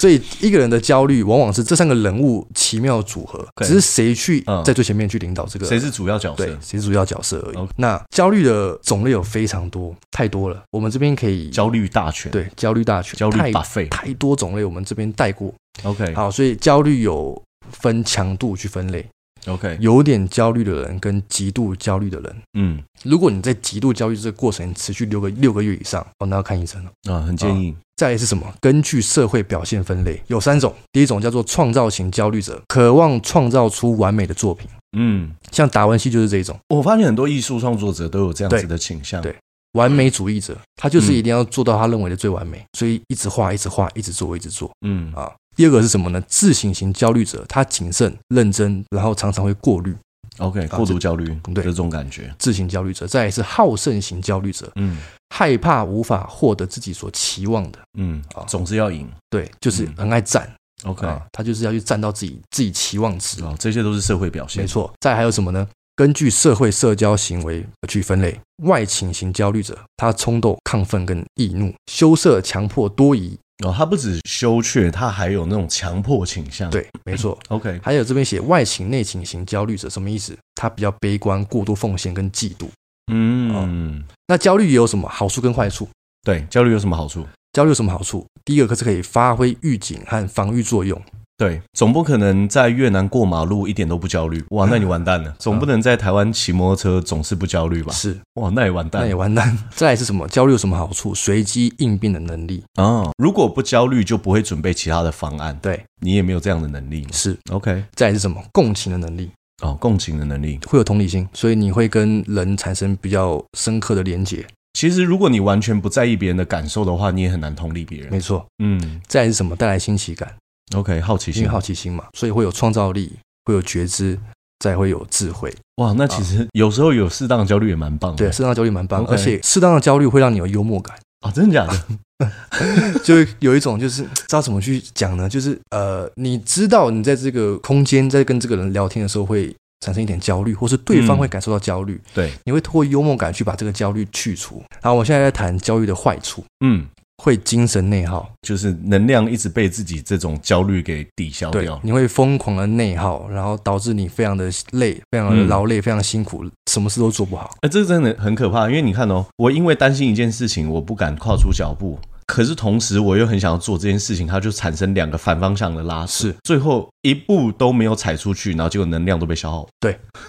[SPEAKER 2] 所以一个人的焦虑，往往是这三个人物奇妙组合，
[SPEAKER 1] 对
[SPEAKER 2] 只是谁去
[SPEAKER 1] 嗯
[SPEAKER 2] 在最前面去领导这 个，
[SPEAKER 1] 谁是主要角
[SPEAKER 2] 对
[SPEAKER 1] 色？
[SPEAKER 2] 谁是主要角色而已
[SPEAKER 1] OK。
[SPEAKER 2] 那焦虑的种类有非常多，太多了。我们这边可以
[SPEAKER 1] 焦虑大全，，
[SPEAKER 2] 对焦虑大全，
[SPEAKER 1] 焦虑
[SPEAKER 2] 太
[SPEAKER 1] buffet。
[SPEAKER 2] 太多种类，我们这边带过。
[SPEAKER 1] OK
[SPEAKER 2] 好，所以焦虑有分强度去分类。
[SPEAKER 1] OK，
[SPEAKER 2] 有点焦虑的人跟极度焦虑的人，
[SPEAKER 1] 嗯
[SPEAKER 2] 如果你在极度焦虑这个过程持续六个六个月以上，哦，那要看医生了。
[SPEAKER 1] 啊，很建议
[SPEAKER 2] 再来是什么？根据社会表现分类，有三种。第一种叫做创造型焦虑者，渴望创造出完美的作品，
[SPEAKER 1] 嗯。
[SPEAKER 2] 像达文西就是这一种。
[SPEAKER 1] 我发现很多艺术创作者都有这样子
[SPEAKER 2] 对
[SPEAKER 1] 的倾向，
[SPEAKER 2] 对完美主义者，他就是一定要做到他认为的最完美，所以一直画，一直画，一直做，一直做
[SPEAKER 1] 嗯
[SPEAKER 2] 啊。第二个是什么呢？自省型焦虑者，他谨慎、认真，然后常常会过滤。
[SPEAKER 1] ，OK，
[SPEAKER 2] 啊
[SPEAKER 1] 过度焦虑，
[SPEAKER 2] 对
[SPEAKER 1] 就这种感觉，
[SPEAKER 2] 自省焦虑者，再来是好胜型焦虑者，
[SPEAKER 1] 嗯
[SPEAKER 2] 害怕无法获得自己所期望的，
[SPEAKER 1] 嗯
[SPEAKER 2] 啊，
[SPEAKER 1] 总是要赢
[SPEAKER 2] 对，就是
[SPEAKER 1] 嗯
[SPEAKER 2] 很爱战、
[SPEAKER 1] ，OK，
[SPEAKER 2] 啊，他就是要去站到自己自己期望值。
[SPEAKER 1] 哦，这些都是社会表现，
[SPEAKER 2] 没，错，再还有什么呢？根据社会社交行为去分类，外倾型焦虑者，他冲动、亢奋跟易怒，羞涩、强迫、多疑。
[SPEAKER 1] 哦，他不止羞怯，他还有那种强迫倾向，
[SPEAKER 2] 对，没错。
[SPEAKER 1] ，OK，
[SPEAKER 2] 还有这边写外倾、内倾型焦虑者，什么意思？他比较悲观、过度奉献跟嫉妒。
[SPEAKER 1] 嗯，
[SPEAKER 2] 那焦虑也有什么好处跟坏处？
[SPEAKER 1] 对，焦虑有什么好处？
[SPEAKER 2] 焦虑有什么好处？第一个是可以发挥预警和防御作用，
[SPEAKER 1] 对，总不可能在越南过马路一点都不焦虑，哇，那你完 蛋了。总不能在台湾骑摩托车总是不焦虑吧？
[SPEAKER 2] 嗯是，
[SPEAKER 1] 哇，那也完
[SPEAKER 2] 那
[SPEAKER 1] 蛋
[SPEAKER 2] 也完蛋。 再来是什么？焦虑有什么好处？随机应变的能力，
[SPEAKER 1] 哦。如果不焦虑，就不会准备其他的方案，
[SPEAKER 2] 对，
[SPEAKER 1] 你也没有这样的能力嘛。
[SPEAKER 2] 是。
[SPEAKER 1] OK，
[SPEAKER 2] 再来是什么？共情的能力，
[SPEAKER 1] 哦，共情的能力
[SPEAKER 2] 会有同理心，所以你会跟人产生比较深刻的连结。
[SPEAKER 1] 其实如果你完全不在意别人的感受的话，你也很难同理别人。
[SPEAKER 2] 没错，
[SPEAKER 1] 嗯
[SPEAKER 2] 再来是什么？带来新奇感，
[SPEAKER 1] ，OK，好奇
[SPEAKER 2] 因为
[SPEAKER 1] 心。
[SPEAKER 2] 好奇心嘛，所以会有创造力，会有觉知，再会有智慧。
[SPEAKER 1] 哇，那其实有时候有适当的焦虑也蛮棒的。
[SPEAKER 2] 啊对，适当的焦虑蛮棒
[SPEAKER 1] OK
[SPEAKER 2] 而且适当的焦虑会让你有幽 默感，
[SPEAKER 1] 啊，真的假 的？
[SPEAKER 2] 就会有一种就是知道怎么去讲呢？就是呃，你知道你在这个空间在跟这个人聊天的时候会产生一点焦虑，或是对方
[SPEAKER 1] 嗯
[SPEAKER 2] 会感受到焦虑，
[SPEAKER 1] 对，
[SPEAKER 2] 你会通过幽默感去把这个焦虑去除。然后我们现在在谈焦虑的坏处，
[SPEAKER 1] 嗯，
[SPEAKER 2] 会精神内耗，
[SPEAKER 1] 就是能量一直被自己这种焦虑给抵消
[SPEAKER 2] 对
[SPEAKER 1] 掉，。
[SPEAKER 2] 你会疯狂的内耗，然后导致你非常的累，非常的
[SPEAKER 1] 嗯
[SPEAKER 2] 劳累，非常辛苦，什么事都做不好。
[SPEAKER 1] 哎、这真的很可怕，因为你看哦，我因为担心一件事情，我不敢跨出脚步，可是同时我又很想要做这件事情，它就产生两个反方向的拉扯，
[SPEAKER 2] 是，
[SPEAKER 1] 最后一步都没有踩出去，然后结果能量都被消耗。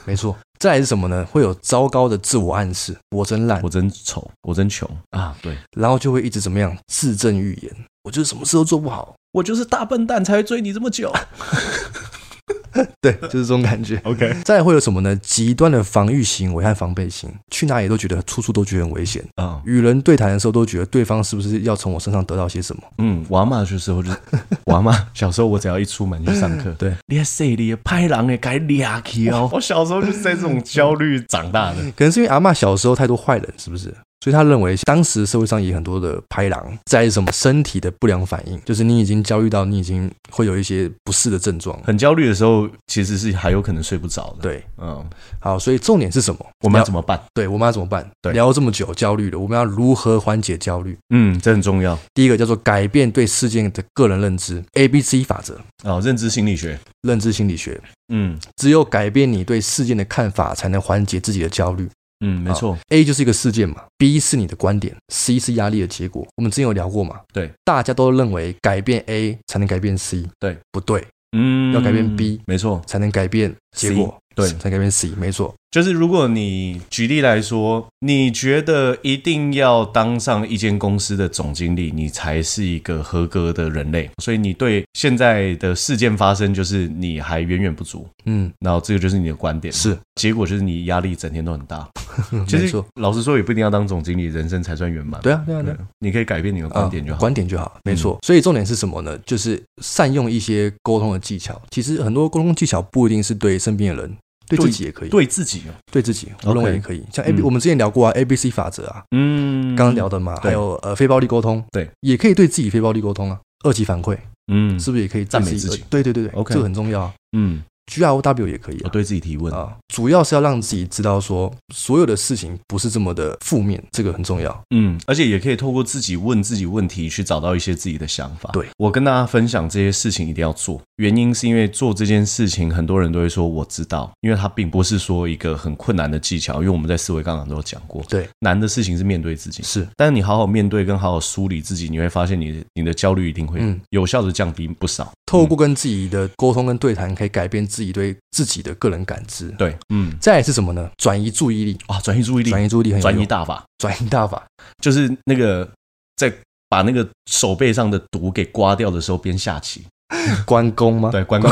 [SPEAKER 2] 没错。再来是什么呢？会有糟糕的自我暗示，我真烂
[SPEAKER 1] 我，真丑，我真穷啊！对
[SPEAKER 2] 然后就会一直怎么样自证预言，我就是什么事都做不好。
[SPEAKER 1] 我就是大笨蛋才会追你这么久。。
[SPEAKER 2] 对， 就是这种感觉
[SPEAKER 1] OK，
[SPEAKER 2] 再来会有什么呢？极端的防御行为和防备心，去哪里都觉得处处都觉得很危险。
[SPEAKER 1] 啊、
[SPEAKER 2] 与人对谈的时候，都觉得对方是不是要从我身上得到些什么？
[SPEAKER 1] 嗯，我阿妈的时候就是我阿妈，小时候我只要一出门去上 课，
[SPEAKER 2] 对，
[SPEAKER 1] 你死你拍狼诶，该俩去哦。 我小时候就是在这种焦虑 长大的。
[SPEAKER 2] 可能是因为阿嬷小时候太多坏人，是不是？所以他认为当时社会上也很多的拍狼，在于什么身体的不良反应，就是你已经焦虑到你已经会有一些不适的症状。
[SPEAKER 1] 很焦虑的时候，其实是还有可能睡不着的。，
[SPEAKER 2] 对，
[SPEAKER 1] 嗯，
[SPEAKER 2] 好，所以重点是什么？
[SPEAKER 1] 我们要
[SPEAKER 2] 要
[SPEAKER 1] 怎么办？
[SPEAKER 2] 对我们要怎么办？
[SPEAKER 1] 对
[SPEAKER 2] 聊这么久焦虑了，我们要如何缓解焦虑？
[SPEAKER 1] 嗯，这很重要
[SPEAKER 2] 第一个叫做改变对事件的个人认知 （A B C 法则），
[SPEAKER 1] 哦，认知心理学。
[SPEAKER 2] 认知心理学。
[SPEAKER 1] 嗯
[SPEAKER 2] 只有改变你对事件的看法，才能缓解自己的焦虑。
[SPEAKER 1] 嗯，没错，
[SPEAKER 2] A 就是一个事件嘛，B 是你的观点，C 是压力的结果。我们之前有聊过嘛？
[SPEAKER 1] 对，
[SPEAKER 2] 大家都认为改变 A 才能改变 C，
[SPEAKER 1] 对，
[SPEAKER 2] 不对？
[SPEAKER 1] 嗯，
[SPEAKER 2] 要改变 B
[SPEAKER 1] 没错，
[SPEAKER 2] 才能改变结果，
[SPEAKER 1] 对
[SPEAKER 2] 才能改变 C，没错，
[SPEAKER 1] 就是如果你举例来说，你觉得一定要当上一间公司的总经理，你才是一个合格的人类，所以你对现在的事件发生，就是你还远远不足。
[SPEAKER 2] 嗯，
[SPEAKER 1] 然后这个就是你的观点，
[SPEAKER 2] 是，
[SPEAKER 1] 结果就是你压力整天都很大。其
[SPEAKER 2] 嗯没
[SPEAKER 1] 实
[SPEAKER 2] 错，
[SPEAKER 1] 老实说，也不一定要当总经理，人生才算圆满。嗯
[SPEAKER 2] 对啊，对啊，对啊。
[SPEAKER 1] 你可以改变你的嗯观点就
[SPEAKER 2] 啊
[SPEAKER 1] 好。
[SPEAKER 2] 观点就好，没错。所以重点是什么呢？就是善用一些沟通的技巧。其实很多沟通技巧不一定是对身边的人，对自己也可以，对
[SPEAKER 1] 对自己哦，
[SPEAKER 2] 自己，
[SPEAKER 1] OK
[SPEAKER 2] 我认为也可以。像 A B，、
[SPEAKER 1] 嗯
[SPEAKER 2] 我们之前聊过啊，A B C 法则啊，
[SPEAKER 1] 嗯
[SPEAKER 2] 刚刚聊，的嘛，
[SPEAKER 1] 对
[SPEAKER 2] 还有呃非暴力沟通，
[SPEAKER 1] 对，
[SPEAKER 2] 也可以对自己非暴力沟通啊。二级反馈
[SPEAKER 1] 嗯
[SPEAKER 2] 是不是也可以对
[SPEAKER 1] 赞美
[SPEAKER 2] 自呃
[SPEAKER 1] 自己
[SPEAKER 2] 对对对对
[SPEAKER 1] OK
[SPEAKER 2] 这个很重要啊。
[SPEAKER 1] 嗯，
[SPEAKER 2] G R O W 也可以
[SPEAKER 1] 我
[SPEAKER 2] 啊。
[SPEAKER 1] 对自己提问，
[SPEAKER 2] 啊，主要是要让自己知道说，所有的事情不是这么的负面，这个很重要。
[SPEAKER 1] 嗯，而且也可以透过自己问自己问题，去找到一些自己的想法。
[SPEAKER 2] 对
[SPEAKER 1] 我跟大家分享这些事情一定要做，原因是因为做这件事情，很多人都会说我知道，因为它并不是说一个很困难的技巧，因为我们在思维杠杆都有讲过，
[SPEAKER 2] 对，
[SPEAKER 1] 难的事情是面对自己。
[SPEAKER 2] 是
[SPEAKER 1] 但是你好好面对跟好好梳理自己，你会发现你你的焦虑一定会
[SPEAKER 2] 嗯
[SPEAKER 1] 有效的降低不少。
[SPEAKER 2] 透过跟自己的沟通跟对谈，可以改变自己对自己的个人感知。
[SPEAKER 1] 对，嗯，
[SPEAKER 2] 再来是什么呢？转移注意力，
[SPEAKER 1] 哇，转移注意力，
[SPEAKER 2] 转移注意力很有
[SPEAKER 1] 转移
[SPEAKER 2] 用。
[SPEAKER 1] 大法，
[SPEAKER 2] 转移大法，
[SPEAKER 1] 就是那个在把那个手背上的毒给刮掉的时候边下棋，
[SPEAKER 2] 关公吗？
[SPEAKER 1] 对，关公，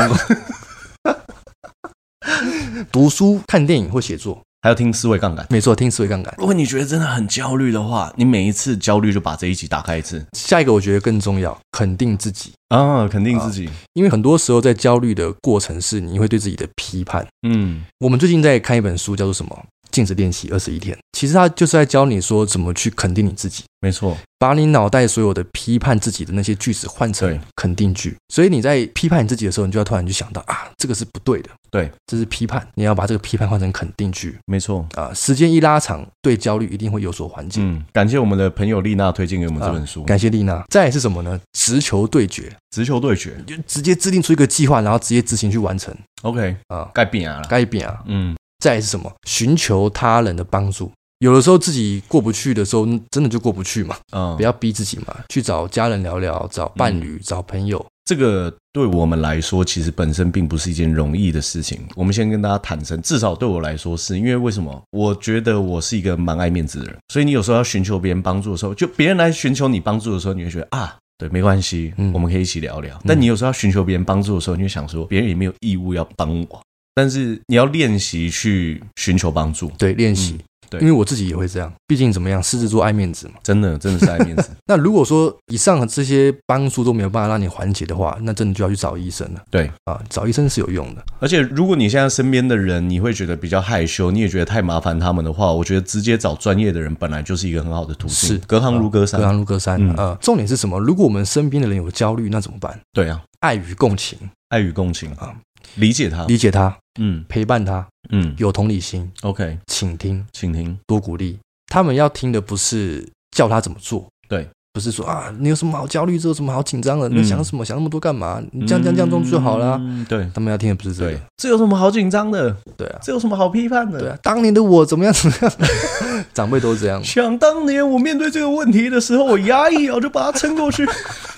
[SPEAKER 2] 读书、看电影或写作，
[SPEAKER 1] 还要听思维杠杆。
[SPEAKER 2] 没错，听思维杠杆。
[SPEAKER 1] 如果你觉得真的很焦虑的话，你每一次焦虑就把这一集打开一次
[SPEAKER 2] 下一个我觉得更重要，肯定自己。
[SPEAKER 1] 啊，肯定自己，
[SPEAKER 2] 因为很多时候在焦虑的过程是你会对自己的批判。
[SPEAKER 1] 嗯
[SPEAKER 2] 我们最近在看一本书，叫做什么《禁止练习二十一天》，其实它就是在教你说怎么去肯定你自己，
[SPEAKER 1] 没错，
[SPEAKER 2] 把你脑袋所有的批判自己的那些句子换成
[SPEAKER 1] 对
[SPEAKER 2] 肯定句。所以你在批判你自己的时候，你就要突然就想到啊，这个是不对的，
[SPEAKER 1] 对，
[SPEAKER 2] 这是批判，你要把这个批判换成肯定句
[SPEAKER 1] 没错。
[SPEAKER 2] 啊。时间一拉长，对焦虑一定会有所缓解。啊
[SPEAKER 1] 嗯，感谢我们的朋友丽娜推荐给我们这本书《
[SPEAKER 2] 感谢丽娜。再来是什么呢？直球对决，
[SPEAKER 1] 直球对决
[SPEAKER 2] 你就直接制定出一个计划，然后直接执行去完成》。
[SPEAKER 1] OK，
[SPEAKER 2] 啊。
[SPEAKER 1] 盖饼啊啦，
[SPEAKER 2] 改变啊，
[SPEAKER 1] 嗯，
[SPEAKER 2] 再来是什么？寻求他人的帮助。有的时候自己过不去的时候，嗯真的就过不去嘛，
[SPEAKER 1] 嗯
[SPEAKER 2] 不要逼自己嘛，去找家人聊聊，找伴侣，找朋友。
[SPEAKER 1] 这个对我们来说，其实本身并不是一件容易的事情。我们先跟大家坦诚，至少对我来说是，因为为什么？我觉得我是一个蛮爱面子的人，所以你有时候要寻求别人帮助的时候，就别人来寻求你帮助的时候，你会觉得啊。对，没关系，
[SPEAKER 2] 嗯
[SPEAKER 1] 我们可以一起聊聊。但你有时候要寻求别人帮助的时候，你就想说，别人也没有义务要帮我，但是你要练习去寻求帮助。
[SPEAKER 2] 对，练习、
[SPEAKER 1] 嗯对
[SPEAKER 2] 因为我自己也会这样，毕竟怎么样，狮子座爱面子嘛。
[SPEAKER 1] 真的真的是爱面子，
[SPEAKER 2] 那如果说以上的这些帮助都没有办法让你缓解的话，那真的就要去找医生了。
[SPEAKER 1] 对
[SPEAKER 2] 啊，找医生是有用的。
[SPEAKER 1] 而且如果你现在身边的人你会觉得比较害羞，你也觉得太麻烦他们的话，我觉得直接找专业的人本来就是一个很好的途径，
[SPEAKER 2] 是
[SPEAKER 1] 隔行如隔山
[SPEAKER 2] 隔，行如隔山。
[SPEAKER 1] 嗯
[SPEAKER 2] 呃，重点是什么？如果我们身边的人有焦虑，那怎么办？
[SPEAKER 1] 对啊，
[SPEAKER 2] 爱与共情
[SPEAKER 1] 爱与共情
[SPEAKER 2] 啊，
[SPEAKER 1] 理解他，
[SPEAKER 2] 理解他，
[SPEAKER 1] 嗯
[SPEAKER 2] 陪伴他，
[SPEAKER 1] 嗯
[SPEAKER 2] 有同理心，
[SPEAKER 1] ，OK，
[SPEAKER 2] 倾听，
[SPEAKER 1] 请听，
[SPEAKER 2] 多鼓励。他们要听的不是叫他怎么做，
[SPEAKER 1] 对，
[SPEAKER 2] 不是说啊，你有什么好焦虑，这有什么好紧张的？你
[SPEAKER 1] 嗯
[SPEAKER 2] 想什么？想那么多干嘛？你这样这样这样做就好啦。
[SPEAKER 1] 嗯对
[SPEAKER 2] 他们要听的不是这
[SPEAKER 1] 对
[SPEAKER 2] 个，，
[SPEAKER 1] 这有什么好紧张的？
[SPEAKER 2] 对啊，
[SPEAKER 1] 这有什么好批判的？
[SPEAKER 2] 对啊。当年的我怎么样 怎么样？长辈都这样，
[SPEAKER 1] 想当年我面对这个问题的时候，我牙一咬就把它撑过 去。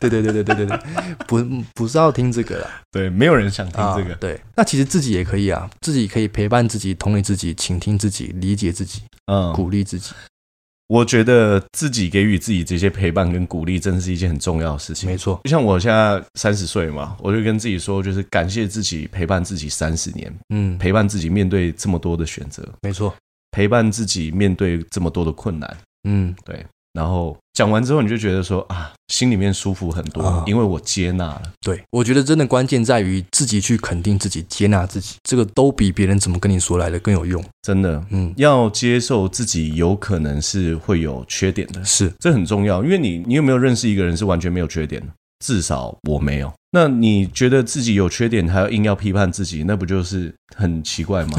[SPEAKER 2] 对对对对对对对，不不是要听这个 啦。
[SPEAKER 1] 对，没有人想听
[SPEAKER 2] 啊，
[SPEAKER 1] 这个。
[SPEAKER 2] 对，那其实自己也可以啊，自己可以陪伴自己、同理自己、倾听自己、理解自己、
[SPEAKER 1] 嗯，
[SPEAKER 2] 鼓励自己。
[SPEAKER 1] 我觉得自己给予自己这些陪伴跟鼓励，真的是一件很重要的事情。
[SPEAKER 2] 没错，
[SPEAKER 1] 就像我现在三十岁嘛，我就跟自己说，就是感谢自己陪伴自己三十年，
[SPEAKER 2] 嗯，
[SPEAKER 1] 陪伴自己面对这么多的选择，
[SPEAKER 2] 没错，
[SPEAKER 1] 陪伴自己面对这么多的困难。
[SPEAKER 2] 嗯，
[SPEAKER 1] 然后讲完之后，你就觉得说啊，心里面舒服很多，
[SPEAKER 2] 啊
[SPEAKER 1] 因为我接纳了。
[SPEAKER 2] 对，我觉得真的关键在于自己去肯定自己、接纳自己，这个都比别人怎么跟你说来的更有用。
[SPEAKER 1] 真的
[SPEAKER 2] 嗯，
[SPEAKER 1] 要接受自己有可能是会有缺点的，
[SPEAKER 2] 是
[SPEAKER 1] 这很重要。因为你，你有没有认识一个人是完全没有缺点的？至少我没有。那你觉得自己有缺点，还要硬要批判自己，那不就是很奇怪吗？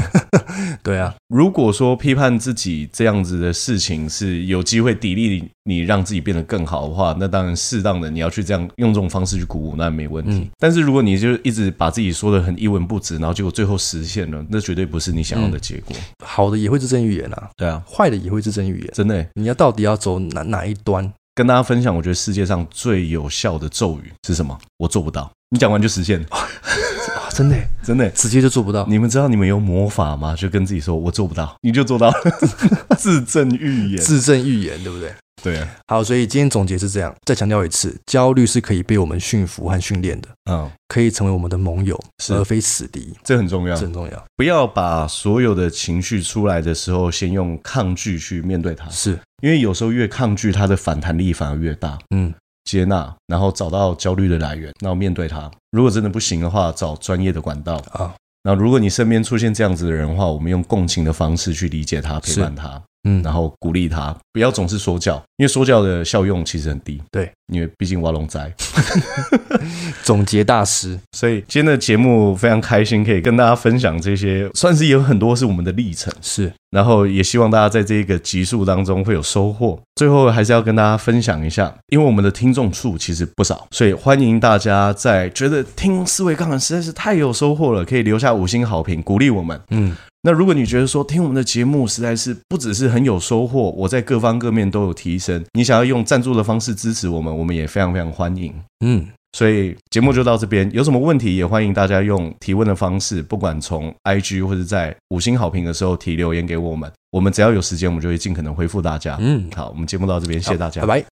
[SPEAKER 2] 对啊，
[SPEAKER 1] 如果说批判自己这样子的事情是有机会砥砺你，让自己变得更好的话，那当然适当的你要去这样用这种方式去鼓舞，那没问题。
[SPEAKER 2] 嗯
[SPEAKER 1] 但是如果你就一直把自己说的很一文不值，然后结果最后实现了，那绝对不是你想要的结果。
[SPEAKER 2] 好的也会自证预言嗯啊，
[SPEAKER 1] 对啊，
[SPEAKER 2] 坏的也会自证预言。
[SPEAKER 1] 真的耶
[SPEAKER 2] 你要到底要走哪哪一端？
[SPEAKER 1] 跟大家分享，我觉得世界上最有效的咒语是什么？我做不到，你讲完就实现了，
[SPEAKER 2] 啊，真的耶
[SPEAKER 1] 真的耶。
[SPEAKER 2] 直接就做不到。
[SPEAKER 1] 你们知道你们有魔法吗？就跟自己说我做不到，你就做到了，自证预言。
[SPEAKER 2] 自证预言，对不对？
[SPEAKER 1] 对啊，
[SPEAKER 2] 好，所以今天总结是这样，再强调一次，焦虑是可以被我们驯服和训练的。
[SPEAKER 1] 嗯，
[SPEAKER 2] 可以成为我们的盟友，
[SPEAKER 1] 是
[SPEAKER 2] 而非死敌，
[SPEAKER 1] 这很重要
[SPEAKER 2] 这。很重要。
[SPEAKER 1] 不要把所有的情绪出来的时候，先用抗拒去面对它，
[SPEAKER 2] 是，
[SPEAKER 1] 因为有时候越抗拒，它的反弹力反而越大。
[SPEAKER 2] 嗯，
[SPEAKER 1] 接纳，然后找到焦虑的来源，然后面对它。如果真的不行的话，找专业的管道
[SPEAKER 2] 啊。
[SPEAKER 1] 那如果你身边出现这样子的人的话，我们用共情的方式去理解他、陪
[SPEAKER 2] 是
[SPEAKER 1] 伴他，
[SPEAKER 2] 嗯，
[SPEAKER 1] 然后鼓励他，不要总是说教，因为说教的效用其实很低。
[SPEAKER 2] 对，
[SPEAKER 1] 因为毕竟挖龙灾。
[SPEAKER 2] 总结大师，
[SPEAKER 1] 所以今天的节目非常开心，可以跟大家分享这些，算是有很多是我们的历程。
[SPEAKER 2] 是
[SPEAKER 1] 然后也希望大家在这个集数当中会有收获。最后还是要跟大家分享一下，因为我们的听众数其实不少，所以欢迎大家在觉得听思维杠杆实在是太有收获了，可以留下五星好评鼓励我们。
[SPEAKER 2] 嗯，
[SPEAKER 1] 那如果你觉得说听我们的节目实在是不只是很有收获，我在各方各面都有提升，你想要用赞助的方式支持我们，我们也非常非常欢迎。
[SPEAKER 2] 嗯，
[SPEAKER 1] 所以节目就到这边，有什么问题也欢迎大家用提问的方式，不管从 IG 或者在五星好评的时候提留言给我们，我们只要有时间，我们就会尽可能回复大家。
[SPEAKER 2] 嗯
[SPEAKER 1] 好，我们节目到这边，谢谢大家，
[SPEAKER 2] 拜拜。